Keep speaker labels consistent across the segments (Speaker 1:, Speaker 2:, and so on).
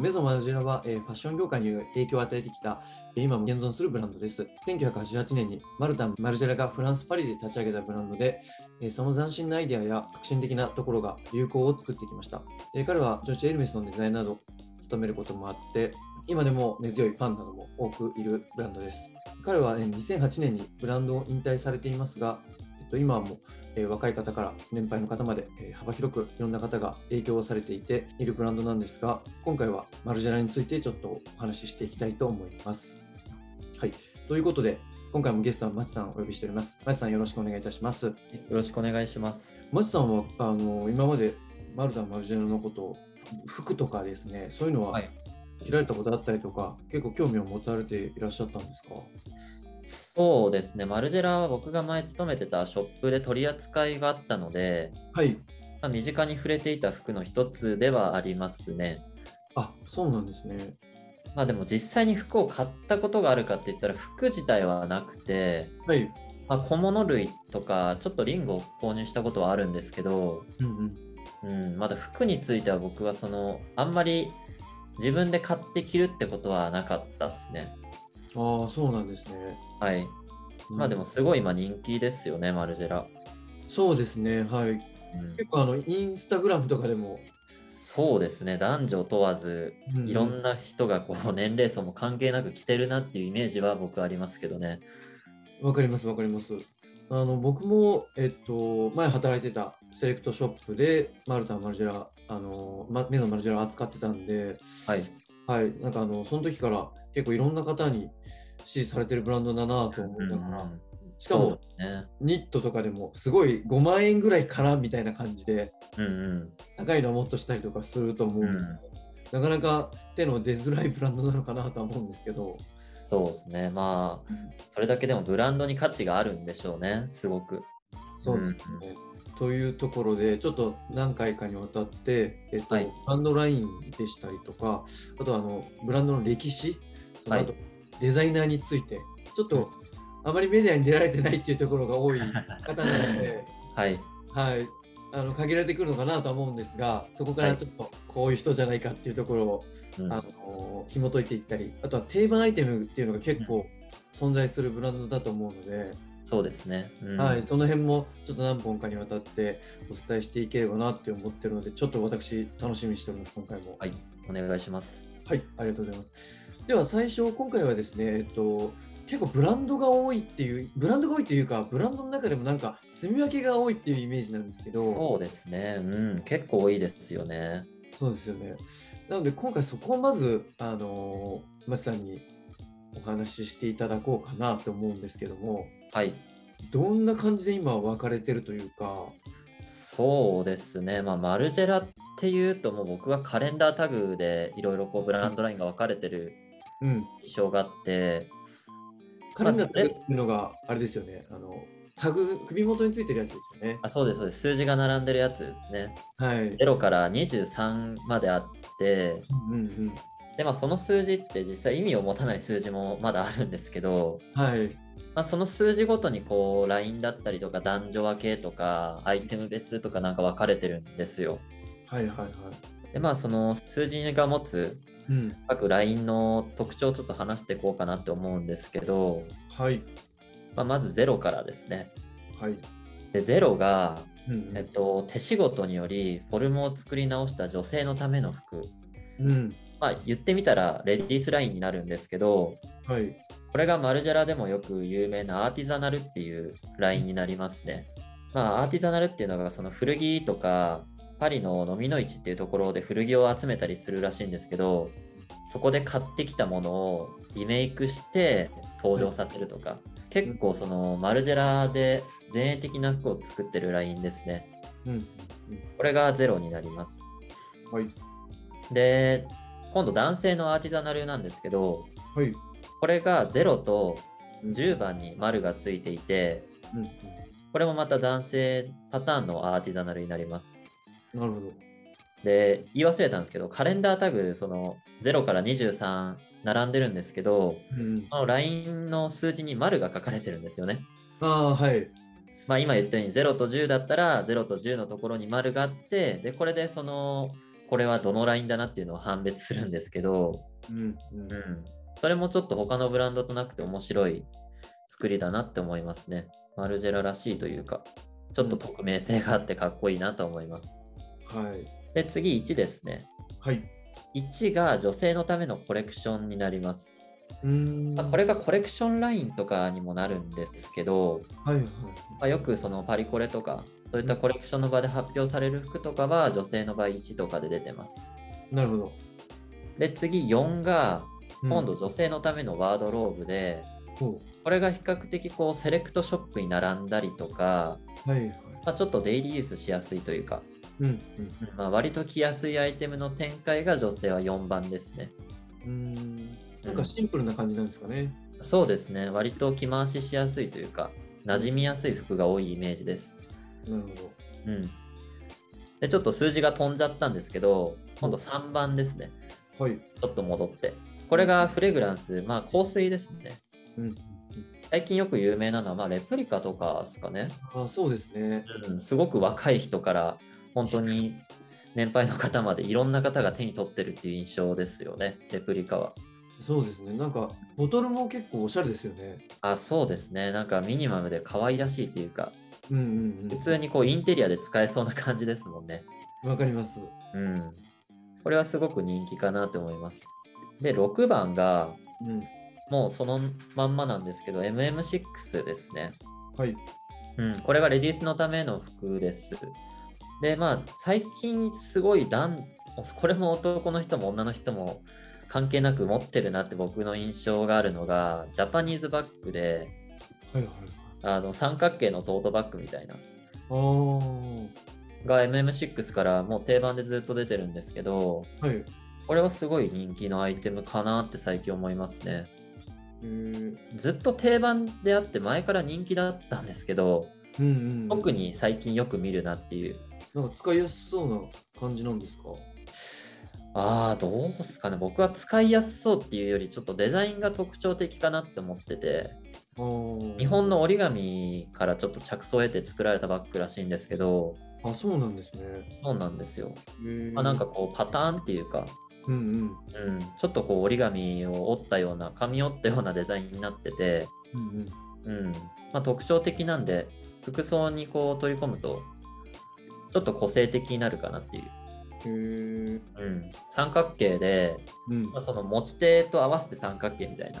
Speaker 1: メゾンマジラは、えーファッション業界に影響を与えてきた、えー今も現存するブランドです。1988年にマルタン・マルジェラがフランス・パリで立ち上げたブランドで、えーその斬新なアイデアや革新的なところが流行を作ってきました。えー彼は女子エルメスのデザインなどを務めることもあって、今でも根強いファンなども多くいるブランドです。彼はえー2008年にブランドを引退されていますが、えっと、今はもうえー若い方から年配の方まで、えー幅広くいろんな方が影響をされていているブランドなんですが今回はマルジェラについてちょっとお話ししていきたいと思います。はい、ということで今回もゲストは松さんをお呼びしております。松さんよろしくお願いいたします。
Speaker 2: よろしくお願いします。
Speaker 1: 松さんはあの今までマルタン・マルジェラのことを服とかですねそういうのは
Speaker 2: はい
Speaker 1: 切られたことだったりとか、結構興味を持たれていらっしゃったんですか
Speaker 2: そうですね、マルジェラは僕が前勤めてたショップで取り扱いがあったので、
Speaker 1: はい
Speaker 2: まあ、身近に触れていた服の一つではありますね。
Speaker 1: あそうなんですね。
Speaker 2: まあでも実際に服を買ったことがあるかって言ったら服自体はなくて、
Speaker 1: はい、
Speaker 2: まあ、小物類とかちょっとリンゴを購入したことはあるんですけど、
Speaker 1: うんうん、
Speaker 2: うん、まだ服については僕はそのあんまり自分で買って着るってことはなかったですね。
Speaker 1: ああそうなんですね。
Speaker 2: はい。
Speaker 1: うん
Speaker 2: まあでもすごい今人気ですよね、マルジェラ。
Speaker 1: そうですね、はい。
Speaker 2: うん
Speaker 1: 結構あの、インスタグラムとかでも、
Speaker 2: そうですね男女問わずいろんな人がこう年齢層も関係なく着てるなっていうイメージは僕ありますけどね
Speaker 1: わかります、わかります。あの僕も、えっと、前働いてたセレクトショップで、マルタン、マルジェラ、あの、ま、メゾンマルジェラ扱ってたんで、
Speaker 2: はい
Speaker 1: はい、なんかあの、その時から結構いろんな方に支持されてるブランドだなと思
Speaker 2: うん
Speaker 1: いながら、しか
Speaker 2: そう
Speaker 1: も
Speaker 2: ですね
Speaker 1: ニットとかでも、すごい5万円ぐらいからみたいな感じで、
Speaker 2: うんうん
Speaker 1: 高いのはもっとしたりとかすると思う、
Speaker 2: うん
Speaker 1: なかなか手の出づらいブランドなのかなとは思うんですけど、
Speaker 2: そうですねまあそれだけでもブランドに価値があるんでしょうねすごく
Speaker 1: そうですね。というところで、ちょっと何回かにわたって、えっと
Speaker 2: はい
Speaker 1: ブランドラインでしたりとか、あとはあのブランドの歴史、その
Speaker 2: はい
Speaker 1: あとデザイナーについて、ちょっ
Speaker 2: う
Speaker 1: と
Speaker 2: ん
Speaker 1: あまりメディアに出られてないっていうところが多い方なの で、
Speaker 2: はい
Speaker 1: はい、あの限られてくるのかなとは思うんですが、そこからちょっとこういう人じゃないかっていうところを、
Speaker 2: うん
Speaker 1: あの紐解いていったり、あとは定番アイテムっていうのが結構存在するブランドだと思うので。
Speaker 2: そうですねうん
Speaker 1: はい、その辺もちょっと何本かにわたってお伝えしていければなって思ってるので、ちょっと私、楽しみにしております、今回も。
Speaker 2: はいお願いします
Speaker 1: はい、ありがとうございます。では、最初、今回はですね、えっと、結構ブランドが多いっていう、ブランドが多いっていうか、ブランドの中でもなんか、住み分けが多いっていうイメージなんですけど、
Speaker 2: そうですねうん結構多いですよね
Speaker 1: そうですよね。なので、今回そこをまず、あのー、松さんにお話ししていただこうかなと思うんですけども、
Speaker 2: はい
Speaker 1: どんな感じで今分かれてるというか、
Speaker 2: そうですね、まあ、マルジェラっていうと、もう僕はカレンダータグでいろいろこうブランドラインが分かれてる
Speaker 1: うん、
Speaker 2: 印象があって、
Speaker 1: カレンダータグっていうのがあれですよね。あのタグ首元についてるやつですよね。
Speaker 2: あそうです、そうです、数字が並んでるやつですね。
Speaker 1: はい。うん
Speaker 2: 0から23まであって、
Speaker 1: うん
Speaker 2: でまあ、その数字って実際意味を持たない数字もまだあるんですけど、
Speaker 1: うん。はい。
Speaker 2: まあ、その数字ごとにこうラインだったりとか男女分けとかアイテム別とかなんか分かれてるんですよ。
Speaker 1: はいはいはい。
Speaker 2: でまあその数字が持つ
Speaker 1: うん。
Speaker 2: 各 LINE の特徴をちょっと話していこうかなって思うんですけど、
Speaker 1: はい。
Speaker 2: まあ、まず0からですね。
Speaker 1: はい。
Speaker 2: で0が、
Speaker 1: うん
Speaker 2: えっと、手仕事によりフォルムを作り直した女性のための服。
Speaker 1: うん。うん。
Speaker 2: まあ、言ってみたらレディースラインになるんですけど、
Speaker 1: はい。
Speaker 2: これがマルジェラでもよく有名なアーティザナルっていうラインになりますね。まあ、アーティザナルっていうのがその古着とかパリの飲みの市っていうところで古着を集めたりするらしいんですけど、そこで買ってきたものをリメイクして登場させるとか、結構そのマルジェラで前衛的な服を作ってるラインですね。
Speaker 1: うん。
Speaker 2: これがゼロになります。
Speaker 1: はい。
Speaker 2: で、今度男性のアーティザナルなんですけど、
Speaker 1: はい。
Speaker 2: これが0と
Speaker 1: うん
Speaker 2: 10番に丸がついていて、
Speaker 1: うんうん。
Speaker 2: これもまた男性パターンのアーティザナルになります。
Speaker 1: なるほど。
Speaker 2: で、言い忘れたんですけど、カレンダータグ、その0から23並んでるんですけど、
Speaker 1: うん。
Speaker 2: この LINE の数字に丸が書かれてるんですよね。
Speaker 1: ああー、はい。
Speaker 2: まあ今言ったように0と10だったら0と10のところに丸があって、で、これでそのこれはどのラインだなっていうのを判別するんですけど、
Speaker 1: うんうん
Speaker 2: うん、それもちょっと他のブランドとなくて面白い作りだなって思いますね。マルジェラらしいというか、ちょっと匿名性があってかっこいいなと思います。
Speaker 1: はい
Speaker 2: で、次1ですね。
Speaker 1: はい
Speaker 2: 1が女性のためのコレクションになります。
Speaker 1: うーん
Speaker 2: まあこれがコレクションラインとかにもなるんですけど、
Speaker 1: はいはい
Speaker 2: まあ、よくそのパリコレとか、そういったコレクションの場で発表される服とかは女性の場合1とかで出てます。
Speaker 1: なるほど
Speaker 2: で、次4が、
Speaker 1: うん
Speaker 2: 今度女性のためのワードローブで、
Speaker 1: ほ
Speaker 2: これが比較的こうセレクトショップに並んだりとか、
Speaker 1: うはいはい
Speaker 2: まあ、ちょっとデイリーユースしやすいというか、
Speaker 1: うん
Speaker 2: まあ、割と着やすいアイテムの展開が女性は4番ですね。
Speaker 1: うんうーんなんかシンプルな感じなんですかね
Speaker 2: そうですね、割と着回ししやすいというか、馴染みやすい服が多いイメージです。
Speaker 1: なるほど
Speaker 2: うん。で、ちょっと数字が飛んじゃったんですけど、今度3番ですね。
Speaker 1: はい
Speaker 2: ちょっと戻って。これがフレグランス、まあ香水ですね。
Speaker 1: うん
Speaker 2: 最近よく有名なのは、まあレプリカとかですかね。
Speaker 1: あそうですね
Speaker 2: うん、すごく若い人から本当に年配の方までいろんな方が手に取ってるっていう印象ですよね、レプリカは。
Speaker 1: そうですねなんかボトルも結構おしゃれですよね
Speaker 2: あそうですね、なんかミニマムで可愛らしいっていうか、
Speaker 1: うんうん
Speaker 2: 普通にこうインテリアで使えそうな感じですもんね。
Speaker 1: うんわかります
Speaker 2: うん。これはすごく人気かなと思います。で、6番が
Speaker 1: うん
Speaker 2: もうそのまんまなんですけど、MM6 ですね。
Speaker 1: はい
Speaker 2: うん、これがレディースのための服です。で、まあ、最近すごい男、これも男の人も女の人も関係なく持ってるなって僕の印象があるのが、ジャパニーズバッグで、
Speaker 1: はいはい
Speaker 2: あの三角形のトートバッグみたいな、
Speaker 1: あー
Speaker 2: が MM6 からもう定番でずっと出てるんですけど、
Speaker 1: はい
Speaker 2: これはすごい人気のアイテムかなって最近思いますね。
Speaker 1: えー
Speaker 2: ずっと定番であって前から人気だったんですけど、
Speaker 1: うんうんうん
Speaker 2: 特に最近よく見るなっていう
Speaker 1: なんか使いやすそうな感じなんですか
Speaker 2: ああ、どうですかね。僕は使いやすそうっていうより、ちょっとデザインが特徴的かなって思ってて、
Speaker 1: あー
Speaker 2: 日本の折り紙からちょっと着想を得て作られたバッグらしいんですけど、
Speaker 1: あそうなんですね、
Speaker 2: そうなんですよ。
Speaker 1: えー
Speaker 2: まあ、なんかこう、パターンっていうか、
Speaker 1: うんうん
Speaker 2: うん、ちょっとこう、折り紙を折ったような、紙折ったようなデザインになってて、
Speaker 1: うんうん
Speaker 2: うん、まあ、特徴的なんで、服装にこう取り込むと、ちょっと個性的になるかなっていう。
Speaker 1: へー
Speaker 2: うん、三角形で、
Speaker 1: うん
Speaker 2: まあ、その持ち手と合わせて三角形みたいな。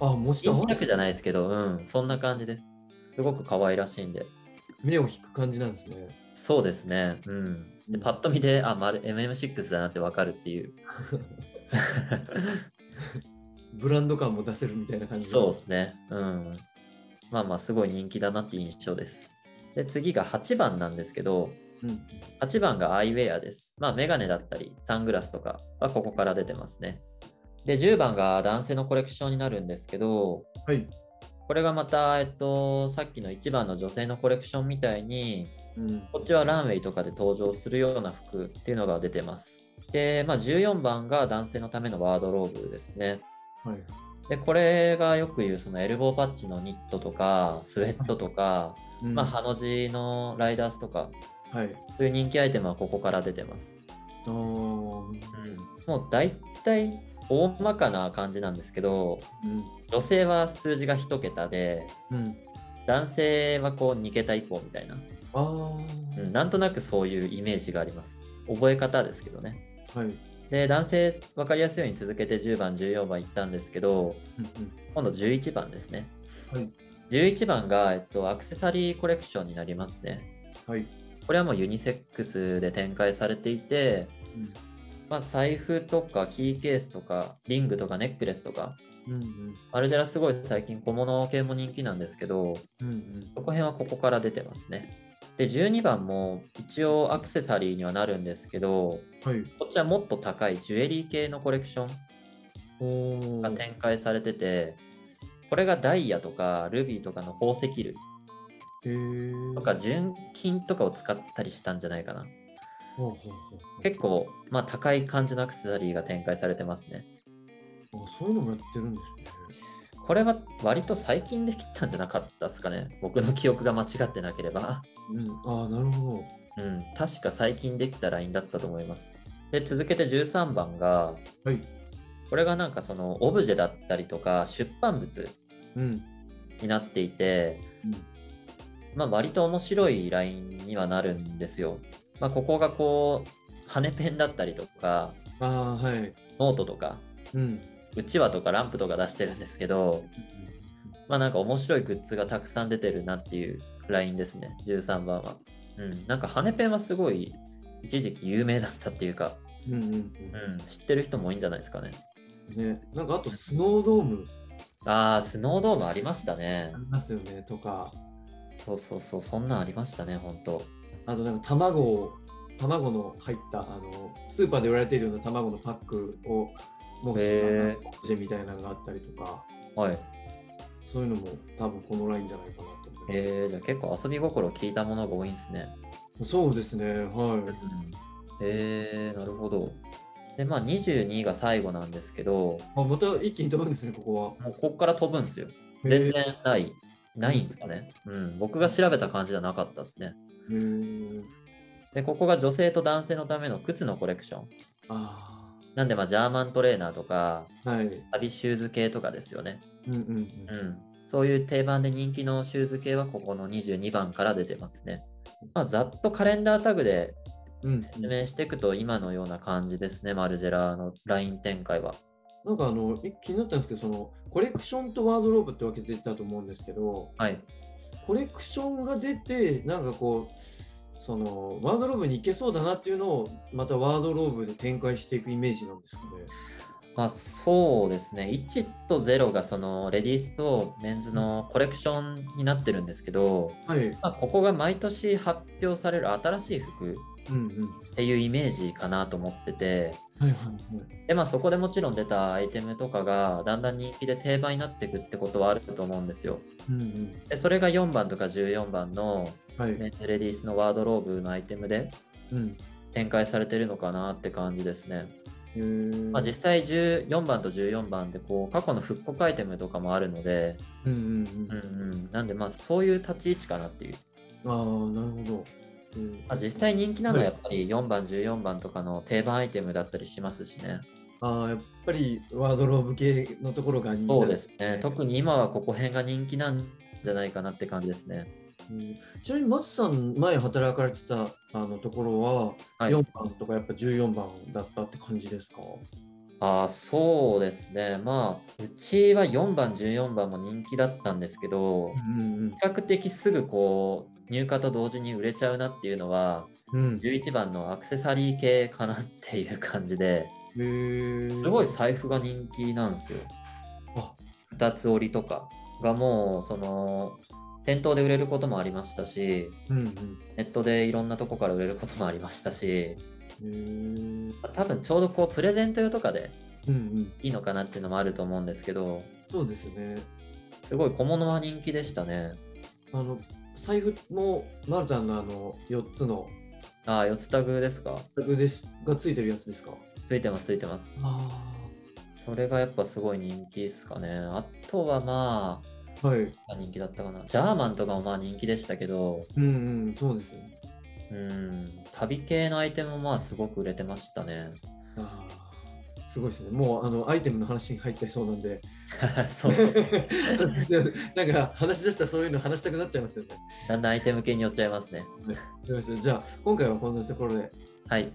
Speaker 1: あ、もし
Speaker 2: イン
Speaker 1: か
Speaker 2: タクじゃないですけど、うん、そんな感じです。すごく可愛らしいんで。
Speaker 1: 目を引く感じなんですね。
Speaker 2: そうですね。うん。
Speaker 1: う
Speaker 2: で
Speaker 1: ん
Speaker 2: パッと見で、あ、丸 MM6 だなってわかるっていう。
Speaker 1: ブランド感も出せるみたいな感じ
Speaker 2: そうですね。うん。まあまあ、すごい人気だなって印象です。で、次が8番なんですけど、
Speaker 1: う。うん、
Speaker 2: 8番がアイウェアです。まあ、メガネだったり、サングラスとかはここから出てますね。で、10番が男性のコレクションになるんですけど、
Speaker 1: はい。
Speaker 2: これがまた、えっと、さっきの1番の女性のコレクションみたいに、
Speaker 1: うん。
Speaker 2: こっちはランウェイとかで登場するような服っていうのが出てます。で、まあ、14番が男性のためのワードローブですね。
Speaker 1: はい。
Speaker 2: で、これがよく言うそのエルボーパッチのニットとか、スウェットとか、
Speaker 1: うん
Speaker 2: まあ、ハの字のライダースとか、
Speaker 1: はい。
Speaker 2: そういう人気アイテムはここから出てます。
Speaker 1: あー
Speaker 2: うん、もう大体大まかな感じなんですけど、
Speaker 1: うん。
Speaker 2: 女性は数字が1桁で、
Speaker 1: うん。
Speaker 2: 男性はこう2桁以降みたいな、
Speaker 1: ああ、
Speaker 2: うん、なんとなくそういうイメージがあります。覚え方ですけどね。
Speaker 1: はい。
Speaker 2: で男性分かりやすいように続けて10番14番いったんですけど
Speaker 1: うん
Speaker 2: 今度11番ですね、
Speaker 1: はい
Speaker 2: 11番が、えっと、アクセサリーコレクションになりますね
Speaker 1: うん。はい。
Speaker 2: これはもうユニセックスで展開されていて、
Speaker 1: うん
Speaker 2: まあ、財布とかキーケースとかリングとかネックレスとか
Speaker 1: うん
Speaker 2: マルジェラすごい最近小物系も人気なんですけど
Speaker 1: うん。うん
Speaker 2: そこ辺はここから出てますねで12番も一応アクセサリーにはなるんですけど
Speaker 1: うん。はい。
Speaker 2: こっちはもっと高いジュエリー系のコレクション
Speaker 1: お
Speaker 2: が展開されてて、これがダイヤとかルビーとかの宝石類
Speaker 1: へー
Speaker 2: とか純金とかを使ったりしたんじゃないかな。
Speaker 1: ほうほうほう
Speaker 2: 結構、まあ、高い感じのアクセサリーが展開されてますね。
Speaker 1: あそういうのもやってるんですね。
Speaker 2: これは割と最近できたんじゃなかったですかね。僕の記憶が間違ってなければ。
Speaker 1: うん。ああ、なるほど。
Speaker 2: うん、確か最近できたラインだったと思います。で続けて13番が、
Speaker 1: はい
Speaker 2: これがなんかそのオブジェだったりとか出版物
Speaker 1: うん。
Speaker 2: になっていて、
Speaker 1: うん
Speaker 2: まあ割と面白いラインにはなるんですよ。まあ、ここがこう羽ペンだったりとか
Speaker 1: ああ、はい。
Speaker 2: ノートとか
Speaker 1: うん。
Speaker 2: うちわとかランプとか出してるんですけど、まあなんか面白いグッズがたくさん出てるなっていうラインですね、13番は。うん、なんか羽ペンはすごい一時期有名だったっていうか、
Speaker 1: うんうん
Speaker 2: うん、知ってる人も多いんじゃないですかね。
Speaker 1: うん。ね、なんかあとスノードーム
Speaker 2: ああ、スノードームありましたね
Speaker 1: あ。りますよねとか、
Speaker 2: そうそうそう、そんなんありましたね、本当
Speaker 1: あとなんか卵を、卵の入った、あの、スーパーで売られているような卵のパックを、もう、
Speaker 2: へー
Speaker 1: オブジェみたいなのがあったりとか、
Speaker 2: はい。
Speaker 1: そういうのも多分このラインじゃないかなと思います。
Speaker 2: えー、じゃあ結構遊び心を聞いたものが多いんですね。
Speaker 1: そうですね、は
Speaker 2: えー、なるほど。で、まあ22が最後なんですけど、
Speaker 1: い。あまた一気に飛ぶんですね、ここは。
Speaker 2: もうこっから飛ぶんですよ。
Speaker 1: へー
Speaker 2: 全然ない。ないんですかね。うん。僕が調べた感じじゃなかったですね。
Speaker 1: へー
Speaker 2: で、ここが女性と男性のための靴のコレクション。
Speaker 1: あ
Speaker 2: なんで、まあ、ジャーマントレーナーとか、
Speaker 1: あ、はい。
Speaker 2: サビシューズ系とかですよね。
Speaker 1: うんうんうん。
Speaker 2: うん。そういう定番で人気のシューズ系は、ここの22番から出てますね。まあ、ざっとカレンダータグで
Speaker 1: うんうん
Speaker 2: 説明していくと、今のような感じですね、マルジェラのライン展開は。
Speaker 1: なんかあのい気になったんですけどそのコレクションとワードローブって分けてたと思うんですけど
Speaker 2: はい。
Speaker 1: コレクションが出てなんかこうそのワードローブに行けそうだなっていうのをまたワードローブで展開していくイメージなんですかね。
Speaker 2: まあそうですね1と0がそのレディースとメンズのコレクションになってるんですけど、
Speaker 1: はい。
Speaker 2: まあ、ここが毎年発表される新しい服
Speaker 1: うんうん。
Speaker 2: っていうイメージかなと思ってて
Speaker 1: はいはいはい。
Speaker 2: で、まあ、そこでもちろん出たアイテムとかがだんだん人気で定番になっていくってことはあると思うんですよ
Speaker 1: うんうん。
Speaker 2: でそれが4番とか14番の
Speaker 1: はい。
Speaker 2: メンズレディースのワードローブのアイテムで
Speaker 1: うん。
Speaker 2: 展開されてるのかなって感じですね、
Speaker 1: へー
Speaker 2: まあ、実際14番と14番でこう過去の復刻アイテムとかもあるので
Speaker 1: うんうんうん
Speaker 2: うん。うん、なんでまあそういう立ち位置かなっていう、
Speaker 1: ああ、なるほど。うん
Speaker 2: まあ、実際人気なのはやっぱり4番14番とかの定番アイテムだったりしますしね
Speaker 1: ああ、やっぱりワードローブ系のところが人気なん
Speaker 2: そうですね特に今はここ辺が人気なんじゃないかなって感じですね
Speaker 1: うんちなみに松さん前働かれてたあのところは、
Speaker 2: はい
Speaker 1: 4番とかやっぱ14番だったって感じですか
Speaker 2: ああそうですねまあうちは4番14番も人気だったんですけど
Speaker 1: うん
Speaker 2: 比較的すぐこう入荷と同時に売れちゃうなっていうのは
Speaker 1: うんうん。
Speaker 2: 11番のアクセサリー系かなっていう感じで
Speaker 1: へえ。
Speaker 2: すごい財布が人気なんですよ
Speaker 1: あ
Speaker 2: 2つ折りとかがもうその店頭で売れることもありましたし
Speaker 1: うん
Speaker 2: ネットでいろんなとこから売れることもありましたし
Speaker 1: うん。へえ。
Speaker 2: 多分ちょうどこうプレゼント用とかで
Speaker 1: うんうん。
Speaker 2: いいのかなっていうのもあると思うんですけど
Speaker 1: そうですね。
Speaker 2: すごい小物は人気でしたね
Speaker 1: あの、財布もマルタンのあの4つの
Speaker 2: ああ四つタグですか
Speaker 1: タグですがついてるやつですか
Speaker 2: ついてますついてます
Speaker 1: あ
Speaker 2: それがやっぱすごい人気ですかねあとはま
Speaker 1: あ。はい。
Speaker 2: あ人気だったかなジャーマンとかもまあ人気でしたけど
Speaker 1: うんうん。そうですよね。
Speaker 2: うん旅系のアイテムもまあすごく売れてましたね
Speaker 1: ああ。すごいですね。もうあのアイテムの話に入っちゃいそうなんで。
Speaker 2: そうそう
Speaker 1: なんか話し出したらそういうの話したくなっちゃいますよね。
Speaker 2: だんだんアイテム系に寄っちゃいますね。
Speaker 1: わかりましたじゃあ今回はこんなところで
Speaker 2: はい、あり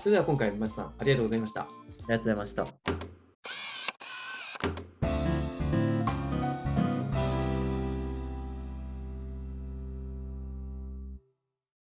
Speaker 1: それでは今回松さんありがとうございました
Speaker 2: がとうございました。